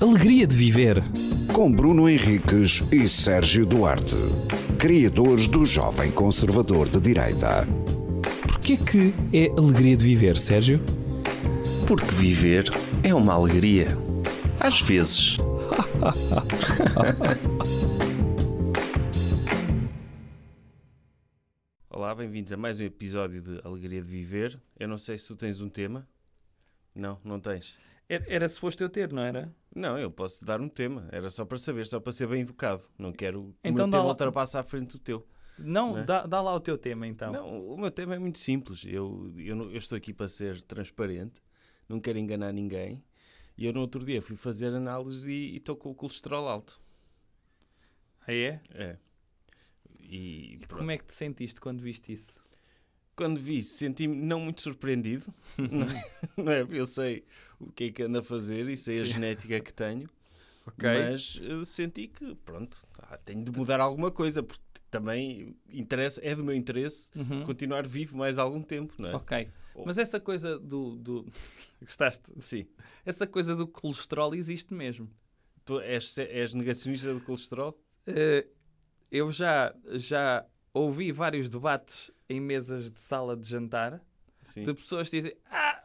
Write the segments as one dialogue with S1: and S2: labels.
S1: alegria de viver.
S2: Com Bruno Henriques e Sérgio Duarte, criadores do Jovem Conservador de Direita.
S1: Porquê que é alegria de viver, Sérgio?
S3: Porque viver é uma alegria. Às vezes. Olá, bem-vindos a mais um episódio de Alegria de Viver. Eu não sei se tu tens um tema. Não, não tens.
S4: Era, era suposto eu ter, não era?
S3: Não, eu posso dar um tema. Era só para saber, só para ser bem educado. Não quero que o
S4: Então
S3: meu
S4: dá
S3: tema
S4: lá.
S3: ultrapassa à frente do teu.
S4: Não,
S3: Né?
S4: Dá, dá lá o teu tema então.
S3: Não, o meu tema é muito simples. Eu, eu, não- eu estou aqui para ser transparente, não quero enganar ninguém. E eu no outro dia fui fazer análise e e estou com o colesterol alto.
S4: Ah, é?
S3: É. E, pronto.
S4: Como é que te sentiste quando viste isso?
S3: Quando vi, senti-me não muito surpreendido. não é? Eu sei o que é que ando a fazer e sei a genética que tenho.
S4: Ok.
S3: Mas eh, senti que, pronto, ah, tenho de mudar alguma coisa, porque também interessa, é do meu interesse
S4: Uhum.
S3: continuar vivo mais algum tempo, não é?
S4: Ok.
S3: Oh.
S4: Mas essa coisa do, do. Gostaste?
S3: Sim.
S4: Essa coisa do colesterol existe mesmo.
S3: Tu és, se- és negacionista do colesterol?
S4: Eh, eu já, já ouvi vários debates em mesas de sala de jantar
S3: Sim.
S4: de pessoas que dizem: Ah,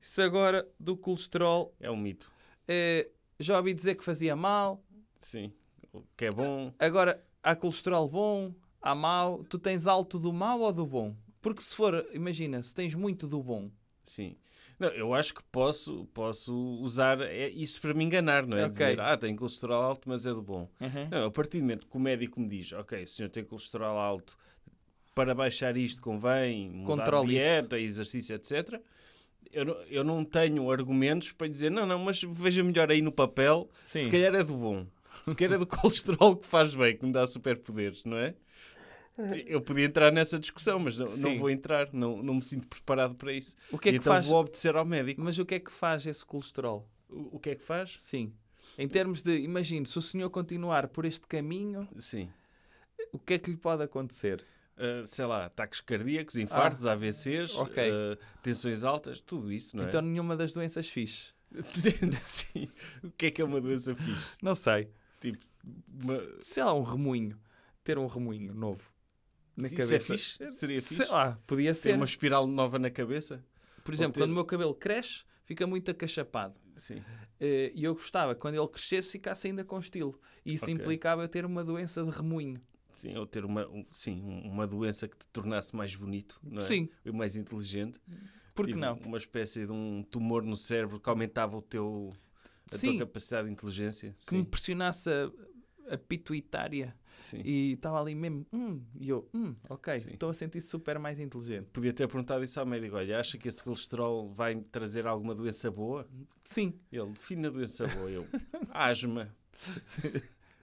S4: isso agora do colesterol.
S3: É um mito.
S4: eh, já ouvi dizer que fazia mal,
S3: Sim. O que é bom.
S4: Agora, há colesterol bom, há mau. Tu tens alto do mau ou do bom? Porque se for, imagina, se tens muito do bom.
S3: Sim. Não, eu acho que posso, posso usar é, isso para me enganar, não é?
S4: Ok.
S3: Dizer, ah, tem colesterol alto, mas é do bom. Não, a partir do momento que o médico me diz, ok, o senhor tem colesterol alto, para baixar isto convém mudar
S4: Controle
S3: de dieta, exercício, etc. Eu não, eu não tenho argumentos para dizer, não, não, mas veja melhor aí no papel, se
S4: Sim.
S3: calhar é do bom. Se calhar é do colesterol que faz bem, que me dá superpoderes, não é? Eu podia entrar nessa discussão, mas não, não
S4: Sim.
S3: vou entrar, não, não me sinto preparado para isso.
S4: O que
S3: E
S4: é que
S3: então
S4: faz-
S3: vou obedecer ao médico.
S4: Mas o que é que faz esse colesterol?
S3: O, o que é que faz?
S4: Sim. Em termos de, imagina, se o senhor continuar por este caminho,
S3: Sim.
S4: o que é que lhe pode acontecer?
S3: Ah, sei lá, ataques cardíacos, infartos, AVCs,
S4: Ah, ok.
S3: ah, tensões altas, tudo isso, não é?
S4: Então nenhuma das doenças fixe.
S3: Sim. O que é que é uma doença fixe?
S4: Não sei.
S3: Tipo, uma-
S4: Sei lá, um remoinho. Ter um remoinho novo. Na
S3: isso
S4: cabeça.
S3: é fixe? Seria
S4: Sei
S3: fixe?
S4: lá, podia
S3: Ter
S4: ser.
S3: uma espiral nova na cabeça?
S4: Por exemplo,
S3: ter-
S4: quando o meu cabelo cresce, fica muito acachapado.
S3: Sim.
S4: Eh, E eu gostava, quando ele crescesse, ficasse ainda com estilo. E isso
S3: Ok.
S4: implicava eu ter uma doença de remoinho.
S3: Sim, ou ter uma, um- sim, um- uma doença que te tornasse mais bonito, não é?
S4: Sim.
S3: E mais inteligente.
S4: Por que
S3: Tipo,
S4: não?
S3: Uma espécie de um tumor no cérebro que aumentava o teu, a
S4: Sim.
S3: tua capacidade de inteligência.
S4: Que me
S3: Sim,
S4: pressionasse a, a pituitária.
S3: sim.
S4: E estava ali mesmo, hum, e eu, hum, ok,
S3: Sim.
S4: estou a sentir super mais inteligente.
S3: Podia ter perguntado isso ao médico. Olha, acha que esse colesterol vai me trazer alguma doença boa?
S4: Sim,
S3: Ele, define a doença boa. Eu, asma.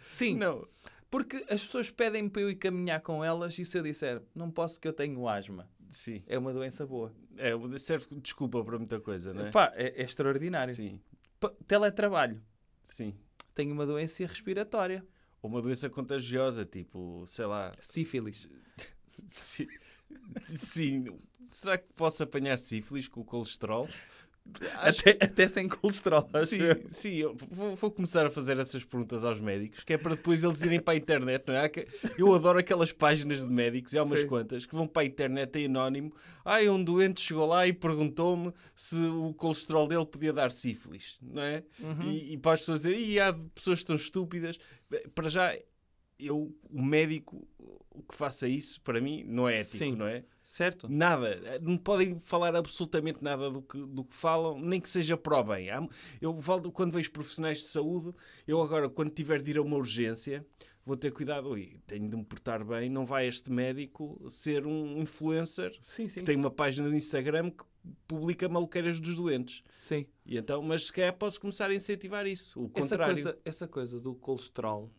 S4: sim.
S3: Não.
S4: Porque as pessoas pedem-me para eu ir caminhar com elas e se eu disser, não posso que eu tenho asma,
S3: Sim.
S4: é uma doença boa.
S3: É, serve de desculpa para muita coisa, não é?
S4: Pá, é, é extraordinário.
S3: Sim,
S4: Pa- teletrabalho.
S3: sim.
S4: Tenho uma doença respiratória.
S3: Ou uma doença contagiosa, tipo, sei lá.
S4: Sífilis.
S3: Sim. sim. Será que posso apanhar sífilis com o colesterol? Acho
S4: Até, até sem colesterol. acho eu.
S3: Sim, sim, eu vou, vou começar a fazer essas perguntas aos médicos, que é para depois eles irem para a internet, não é? Há que- Eu adoro aquelas páginas de médicos, e há umas
S4: Sim.
S3: quantas, que vão para a internet em anónimo. Ai, um doente chegou lá e perguntou-me se o colesterol dele podia dar sífilis, não é?
S4: Uhum.
S3: E, e para as pessoas dizerem, e há pessoas tão estúpidas. Bem, Para já, eu, o médico o que faça isso, para mim, não é ético,
S4: Sim.
S3: não é?
S4: Certo?
S3: Nada. Não podem falar absolutamente nada do que, do que falam, nem que seja para o bem. Há- Eu, volto- quando vejo profissionais de saúde, eu agora, quando tiver de ir a uma urgência, vou ter cuidado. Ui, tenho de me portar bem. Não vai este médico ser um influencer
S4: Sim, sim.
S3: que tem uma página no Instagram que publica maluqueiras dos doentes.
S4: Sim.
S3: E então, mas se calhar posso começar a incentivar isso. O
S4: Essa
S3: contrário.
S4: coisa, essa coisa do colesterol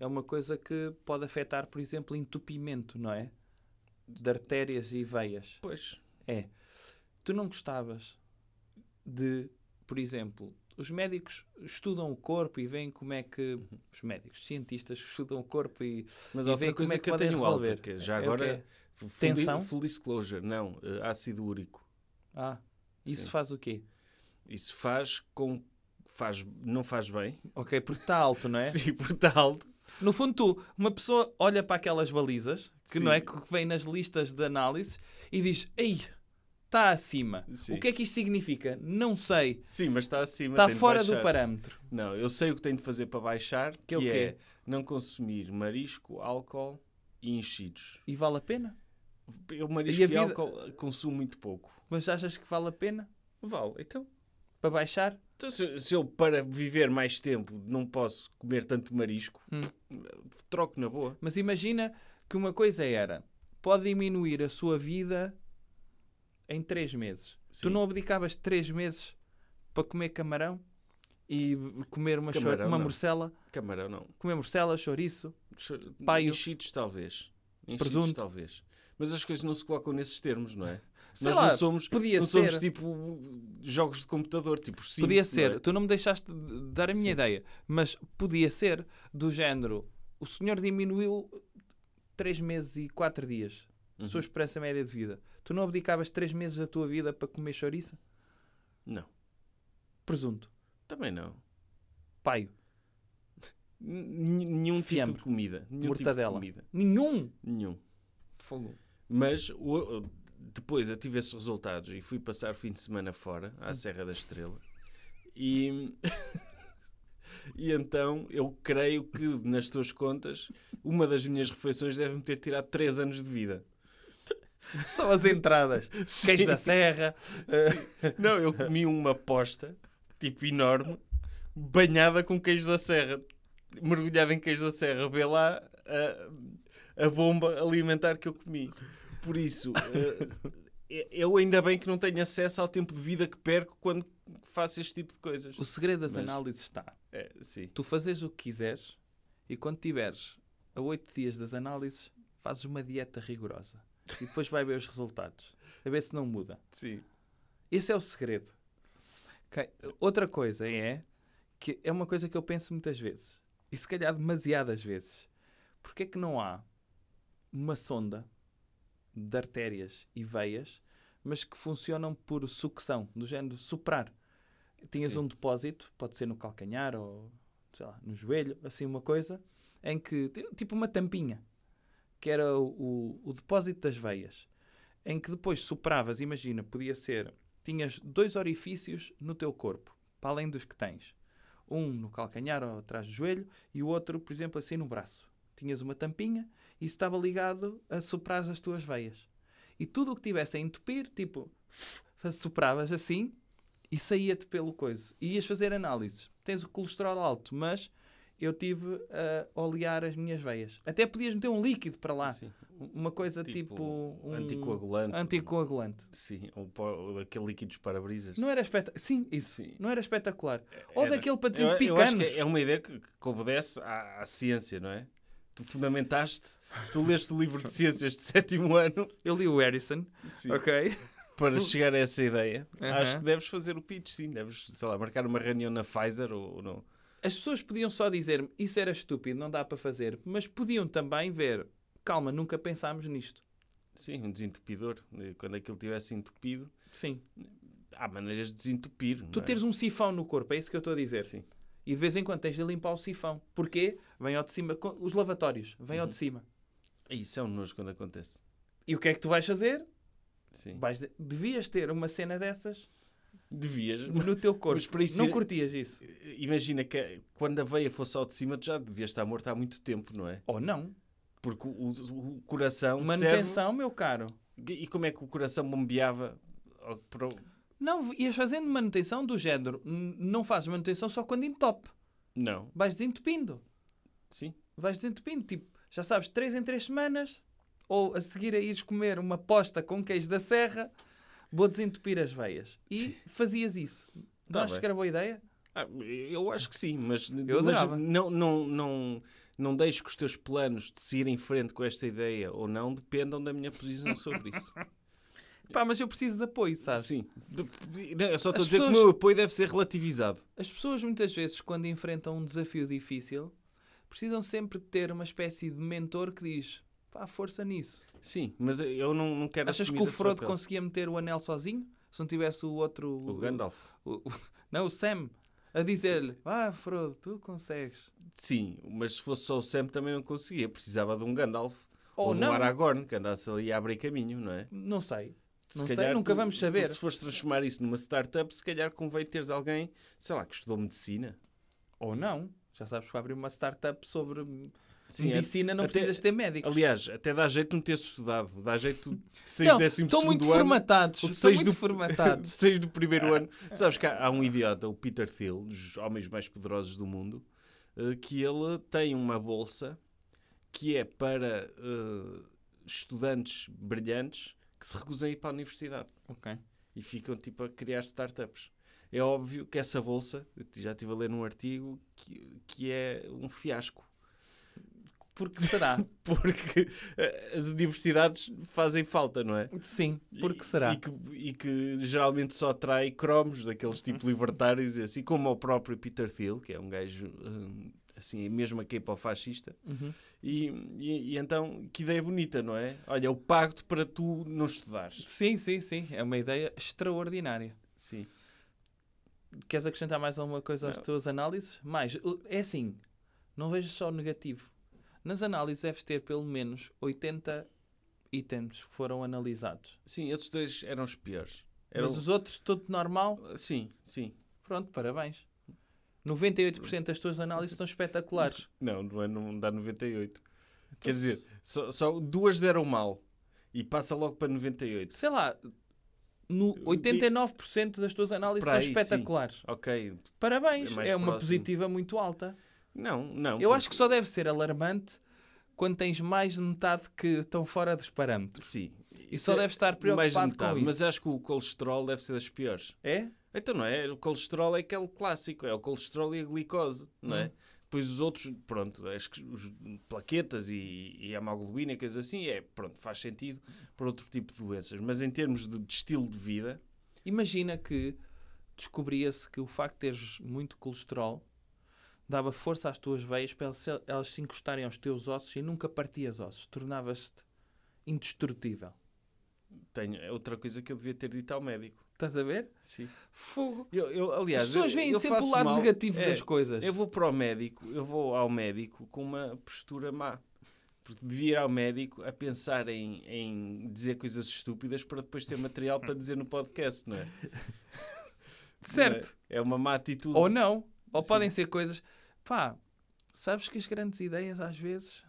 S4: é uma coisa que pode afetar, por exemplo, entupimento, não é? De artérias e veias.
S3: Pois.
S4: É. Tu não gostavas de, por exemplo, os médicos estudam o corpo e veem como é que. Os médicos, cientistas que estudam o corpo e.
S3: Uhum. Mas
S4: e
S3: outra
S4: veem como
S3: coisa
S4: é
S3: que,
S4: que
S3: eu
S4: podem
S3: tenho alta,
S4: resolver.
S3: que já
S4: É o
S3: agora...
S4: quê?
S3: full di-
S4: Tensão?
S3: Full disclosure, não. eh, ácido úrico.
S4: Ah, isso
S3: Sim.
S4: faz o quê?
S3: Isso faz com faz, não faz bem.
S4: Ok, porque
S3: tá
S4: está alto, não é?
S3: Sim, porque está alto.
S4: No fundo, tu, uma pessoa olha para aquelas balizas que
S3: Sim.
S4: não é que vem nas listas de análise e diz: Ei, está acima.
S3: Sim.
S4: O que é que isto significa? Não sei.
S3: Sim, mas está acima.
S4: Está
S3: tem de
S4: fora
S3: baixar.
S4: do parâmetro.
S3: Não, eu sei o que tenho de fazer para baixar, que,
S4: é o quê?
S3: é não consumir marisco, álcool e enchidos.
S4: E vale a pena?
S3: Eu marisco e,
S4: vida-
S3: álcool eh, consumo muito pouco.
S4: Mas achas que vale a pena?
S3: Vale, então.
S4: Para baixar?
S3: Então, se, se eu, para viver mais tempo, não posso comer tanto marisco,
S4: Hum.
S3: troco na boa.
S4: Mas imagina que uma coisa era: pode diminuir a sua vida em 3 meses.
S3: Sim.
S4: Tu não abdicavas 3 meses para comer camarão e comer uma, chor-
S3: Camarão,
S4: uma
S3: não.
S4: morcela?
S3: Camarão, não.
S4: Comer morcela, chouriço?
S3: Cho-
S4: Paio.
S3: Enchidos, talvez. Enchidos,
S4: Presunto.
S3: talvez. Mas as coisas não se colocam nesses termos, não é?
S4: Sei
S3: Nós
S4: lá,
S3: não somos,
S4: podia
S3: não
S4: ser.
S3: somos tipo jogos de computador, tipo Sims,
S4: Podia
S3: não é?
S4: ser, tu não me deixaste de- dar a minha ideia, mas podia ser do género: o senhor diminuiu 3 meses e 4 dias a sua esperança média de vida. Tu não abdicavas 3 meses da tua vida para comer chouriça?
S3: Não,
S4: Presunto,
S3: também não.
S4: paio,
S3: N- nenhum tipo
S4: Fiambre.
S3: de comida. Nenhum tipo
S4: mortadela.
S3: de comida.
S4: Nenhum!
S3: Nenhum.
S4: Fogo.
S3: Mas o- depois eu tive esses resultados e fui passar o fim de semana fora,
S4: Hum.
S3: à Serra da Estrela. E, e então eu creio que, nas tuas contas, uma das minhas refeições deve-me ter tirado 3 anos de vida.
S4: Só as entradas. Queijo da Serra.
S3: Não, eu comi uma posta, tipo enorme, banhada com queijo da serra, mergulhada em queijo da serra. Vê lá a, a bomba alimentar que eu comi. Por isso, eh, eu ainda bem que não tenho acesso ao tempo de vida que perco quando faço este tipo de coisas.
S4: O segredo das
S3: Mas-
S4: análises está.
S3: É, sim.
S4: Tu fazes o que quiseres e quando tiveres a 8 dias das análises, fazes uma dieta rigorosa. E depois vai ver os resultados. A ver se não muda.
S3: sim.
S4: Esse é o segredo. Ok. Outra coisa é que é uma coisa que eu penso muitas vezes, e se calhar demasiadas vezes. Porquê é que não há uma sonda de artérias e veias, mas que funcionam por sucção, do género soprar? Tinhas
S3: Sim.
S4: um depósito, pode ser no calcanhar ou sei lá, no joelho, assim uma coisa, em que tipo uma tampinha, que era o, o- o depósito das veias, em que depois sopravas, imagina, podia ser, tinhas dois orifícios no teu corpo, para além dos que tens. Um no calcanhar ou atrás do joelho e o outro, por exemplo, assim no braço. Tinhas uma tampinha e isso estava ligado a soprar as tuas veias. E tudo o que tivesse a entupir, tipo, sopravas assim e saía-te pelo coiso. E ias fazer análises. Tens o colesterol alto, mas eu tive a olear as minhas veias. Até podias meter um líquido para lá.
S3: Sim.
S4: Uma coisa tipo,
S3: Tipo,
S4: um
S3: anticoagulante.
S4: anticoagulante.
S3: Sim, ou pó- aquele líquido dos para-brisas.
S4: Não era espetacular. Sim, isso.
S3: Sim.
S4: Não era espetacular. Ou
S3: Era.
S4: daquele para
S3: Eu-
S4: dizer
S3: Eu acho que
S4: picanos.
S3: é uma ideia que, que obedece à, à ciência, não é? Tu fundamentaste, tu leste o livro de ciências de sétimo ano
S4: Eu li o Harrison.
S3: Sim.
S4: Ok.
S3: para chegar a essa ideia.
S4: Aham.
S3: Acho que deves fazer o pitch, sim. Deves, sei lá, marcar uma reunião na Pfizer ou, ou não.
S4: As pessoas podiam só dizer-me isso era estúpido, não dá para fazer, mas podiam também ver, calma, nunca pensámos nisto.
S3: Sim, um desentupidor. Eh, Quando aquilo estivesse entupido,
S4: Sim.
S3: há maneiras de desentupir.
S4: Tu
S3: não é?
S4: teres um sifão no corpo, é isso que eu estou a dizer.
S3: Sim.
S4: E de vez em quando tens de limpar o sifão. Porquê? Vem ao de cima. co- Os lavatórios, vem
S3: Uhum.
S4: ao de cima.
S3: Isso é um nojo quando acontece.
S4: E o que é que tu vais fazer?
S3: Sim.
S4: Vais de- Devias ter uma cena dessas
S3: Devias.
S4: no teu corpo.
S3: Mas para isso
S4: Não
S3: é-
S4: curtias isso.
S3: Imagina que quando a veia fosse ao de cima, tu já devias estar morto há muito tempo, não é?
S4: Ou não.
S3: Porque o, o- o coração. serve-
S4: Manutenção, meu caro.
S3: E como é que o coração bombeava ao- para o-
S4: Não, ias fazendo manutenção do género. N- Não fazes manutenção só quando entope.
S3: Não.
S4: Vais desentupindo.
S3: Sim.
S4: vais desentupindo. Tipo, já sabes, 3 em 3 semanas, ou a seguir a ires comer uma posta com queijo da serra, vou desentupir as veias. E fazias isso. Não
S3: Tá
S4: achas
S3: bem.
S4: que era boa ideia?
S3: Ah, eu acho que sim, mas,
S4: Eu
S3: mas
S4: adorava.
S3: não, não, não, não deixo que os teus planos de seguir em frente com esta ideia ou não dependam da minha posição sobre isso.
S4: Pá, mas eu preciso de apoio, sabes?
S3: Sim. De- de- não, eu só estou
S4: As
S3: a dizer que o
S4: pessoas-
S3: meu apoio deve ser relativizado.
S4: As pessoas muitas vezes, quando enfrentam um desafio difícil, precisam sempre de ter uma espécie de mentor que diz pá, força nisso.
S3: Sim, mas eu não, não quero
S4: Achas que
S3: assumir
S4: o
S3: esse
S4: Frodo
S3: papel.
S4: conseguia meter o anel sozinho? Se não tivesse o outro...
S3: O Gandalf.
S4: o- o- não, o Sam. a dizer-lhe: Ah, Frodo, tu consegues.
S3: Sim, mas se fosse só o Sam também não conseguia. Precisava de um Gandalf.
S4: Ou
S3: Ou, de
S4: não.
S3: um Aragorn que andasse ali a abrir caminho, não é?
S4: Não sei.
S3: Se
S4: não
S3: calhar
S4: sei, nunca
S3: tu-
S4: vamos
S3: tu
S4: saber.
S3: se fores transformar isso numa startup, se calhar convém teres alguém, sei lá, que estudou medicina.
S4: Ou não. Já sabes que vai abrir uma startup sobre
S3: Sim, é-
S4: medicina, não
S3: até-
S4: precisas ter médico.
S3: Aliás, até dá jeito de não teres estudado. Dá jeito de seis
S4: Não,
S3: décimo
S4: estão muito Ah.
S3: segundo ano.
S4: formatados.
S3: ou de
S4: Estão
S3: seis
S4: muito
S3: do-
S4: formatados.
S3: Seis do primeiro ano. Sabes que há, há um idiota, o Peter Thiel, um dos homens mais poderosos do mundo, eh, que ele tem uma bolsa que é para eh, estudantes brilhantes que se recusam a ir para a universidade
S4: ok.
S3: e ficam tipo a criar startups. É óbvio que essa bolsa, eu t- já estive a ler num artigo, que, que é um fiasco.
S4: Porque será?
S3: Porque eh, as universidades fazem falta, não é?
S4: Sim, porque
S3: E-
S4: será?
S3: E que, e que geralmente só atrai cromos daqueles tipo libertários e assim, como o próprio Peter Thiel, que é um gajo hum, assim, mesmo aqui para o fascista. E, e- e então, que ideia bonita, não é? Olha, eu pago-te para tu não estudares.
S4: Sim, sim, sim. É uma ideia extraordinária.
S3: Sim.
S4: Queres acrescentar mais alguma coisa às tuas análises? Mais, o- é assim, não vejo só o negativo. Nas análises deves ter pelo menos 80 itens que foram analisados.
S3: Sim, esses dois eram os piores.
S4: Mas
S3: Eram...
S4: os outros, tudo normal,
S3: Sim, sim.
S4: pronto, parabéns. 98% das tuas análises são espetaculares.
S3: Não, não, é, não dá 98. Quer dizer, só, só duas deram mal e passa logo para 98.
S4: Sei lá, no 89% das tuas análises
S3: Para
S4: são
S3: aí, sim.
S4: espetaculares.
S3: Ok.
S4: Parabéns,
S3: É mais
S4: é, uma
S3: próximo. É um
S4: positiva muito alta.
S3: Não, não.
S4: Eu acho que só deve ser alarmante quando tens mais de metade que estão fora dos parâmetros.
S3: Sim. é
S4: E só deve estar
S3: mais de
S4: preocupado
S3: metade,
S4: com isso.
S3: Mas acho que o colesterol deve ser das piores.
S4: É?
S3: Então não é? O colesterol é aquele clássico, é o colesterol e a glicose, não
S4: Hum.
S3: é? Depois os outros, pronto, as que- os plaquetas e, e hemoglobina, coisas assim, é, pronto, faz sentido para outro tipo de doenças. Mas em termos de, de estilo de vida,
S4: Imagina que descobria-se que o facto de teres muito colesterol dava força às tuas veias para elas se- elas se encostarem aos teus ossos e nunca partias ossos. Tornavas-te indestrutível.
S3: tenho, é outra coisa que eu devia ter dito ao médico.
S4: Estás a ver?
S3: Sim.
S4: Fogo.
S3: Eu, eu, aliás,
S4: As pessoas
S3: eu,
S4: veem
S3: eu
S4: sempre o
S3: faço
S4: lado
S3: mal-
S4: negativo
S3: é,
S4: das coisas.
S3: Eu vou para o médico, eu vou ao médico com uma postura má. Porque devia ir ao médico a pensar em, em dizer coisas estúpidas para depois ter material para dizer no podcast, não é?
S4: Certo.
S3: É uma má atitude.
S4: Ou não. Ou podem ser coisas. Pá, sabes que as grandes ideias às vezes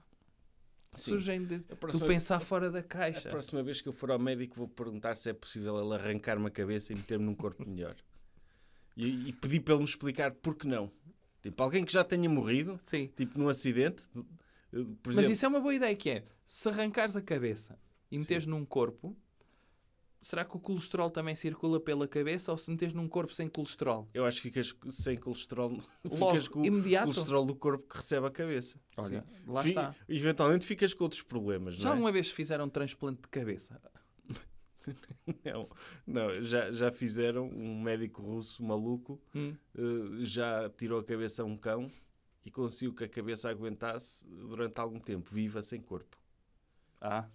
S3: Sim.
S4: surgem de
S3: A
S4: tu
S3: próxima-
S4: pensar fora da
S3: A
S4: caixa.
S3: próxima vez que eu for ao médico vou perguntar se é possível ele arrancar-me a cabeça e meter-me num corpo melhor. E, e pedir para ele me explicar porque não. Tipo, alguém que já tenha morrido,
S4: Sim.
S3: tipo num acidente, eh, por
S4: Mas
S3: exemplo...
S4: isso é uma boa ideia que é, se arrancares a cabeça e meteres num corpo, será que o colesterol também circula pela cabeça ou se meteres num corpo sem colesterol?
S3: Eu acho que ficas sem colesterol,
S4: Logo,
S3: ficas com o
S4: imediato.
S3: colesterol do corpo que recebe a cabeça.
S4: Olha,
S3: Sim.
S4: lá
S3: Fi-
S4: está.
S3: Eventualmente ficas com outros problemas,
S4: Já
S3: não é?
S4: alguma vez fizeram um transplante de cabeça?
S3: Não, É um- não, já, já fizeram um médico russo maluco,
S4: Hum.
S3: eh, já tirou a cabeça a um cão e conseguiu que a cabeça aguentasse durante algum tempo, viva, sem corpo.
S4: Ah,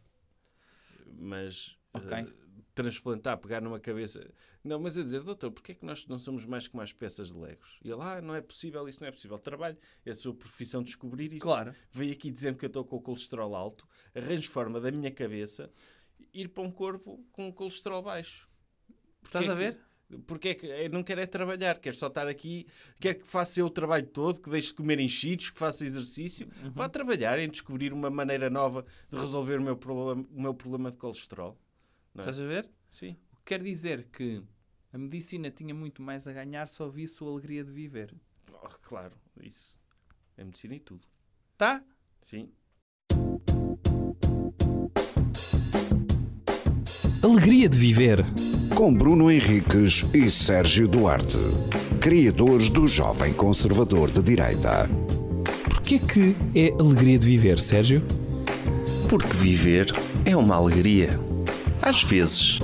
S3: Mas
S4: Ok.
S3: eh, transplantar, pegar numa cabeça. Não, mas eu dizer, doutor, porquê é que nós não somos mais que mais peças de legos? E ele, ah, não é possível, isso não é possível. Trabalho, é a sua profissão descobrir isso.
S4: Claro.
S3: Veio aqui dizer que eu estou com o colesterol alto, arranjo forma da minha cabeça ir para um corpo com o colesterol baixo. Porquê
S4: estás a
S3: que-
S4: ver?
S3: Porque é que eu não quero é trabalhar, quero só estar aqui, quero que faça eu o trabalho todo, que deixe de comer enchidos, que faça exercício,
S4: Uhum.
S3: vá trabalhar em descobrir uma maneira nova de resolver o meu problema, o meu problema de colesterol. Não é?
S4: Estás a ver?
S3: Sim,
S4: O que Quer dizer que a medicina tinha muito mais a ganhar se ouvisse a alegria de viver.
S3: Oh, claro, isso é medicina e tudo.
S4: Tá?
S3: Sim.
S1: Alegria de viver.
S2: Com Bruno Henriques e Sérgio Duarte, criadores do Jovem Conservador de Direita.
S1: Porquê que é alegria de viver, Sérgio?
S3: Porque viver é uma alegria. Às vezes.